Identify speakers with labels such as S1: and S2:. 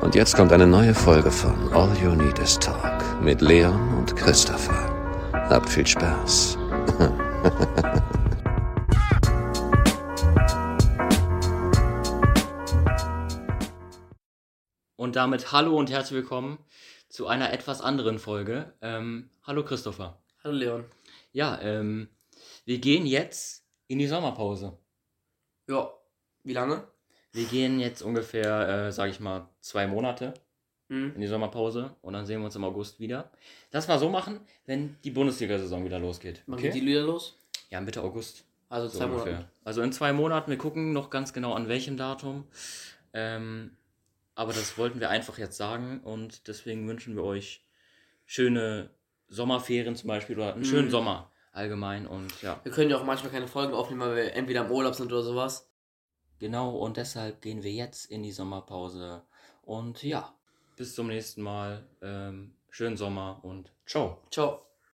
S1: Und jetzt kommt eine neue Folge von All You Need Is Talk mit Leon und Christopher. Habt viel Spaß.
S2: Und damit hallo und herzlich willkommen zu einer etwas anderen Folge. Ähm, hallo Christopher.
S3: Hallo Leon.
S2: Ja, ähm, wir gehen jetzt in die Sommerpause.
S3: Ja, wie lange?
S2: Wir gehen jetzt ungefähr, äh, sage ich mal, zwei Monate in
S3: Hm?
S2: die Sommerpause und dann sehen wir uns im August wieder. Das mal so machen, wenn die Bundesliga-Saison wieder losgeht.
S3: Machen wir die Lieder los?
S2: Ja, Mitte August.
S3: Also
S2: So
S3: zwei
S2: ungefähr.
S3: Monate.
S2: Also in zwei Monaten, wir gucken noch ganz genau an welchem Datum. Ähm, aber das wollten wir einfach jetzt sagen und deswegen wünschen wir euch schöne Sommerferien zum Beispiel oder einen schönen
S3: Mhm.
S2: Sommer allgemein und ja.
S3: Wir können ja auch manchmal keine Folgen aufnehmen, weil wir entweder im Urlaub sind oder sowas.
S2: Genau und deshalb gehen wir jetzt in die Sommerpause und ja, bis zum nächsten Mal. Ähm, schönen Sommer und ciao.
S3: Ciao.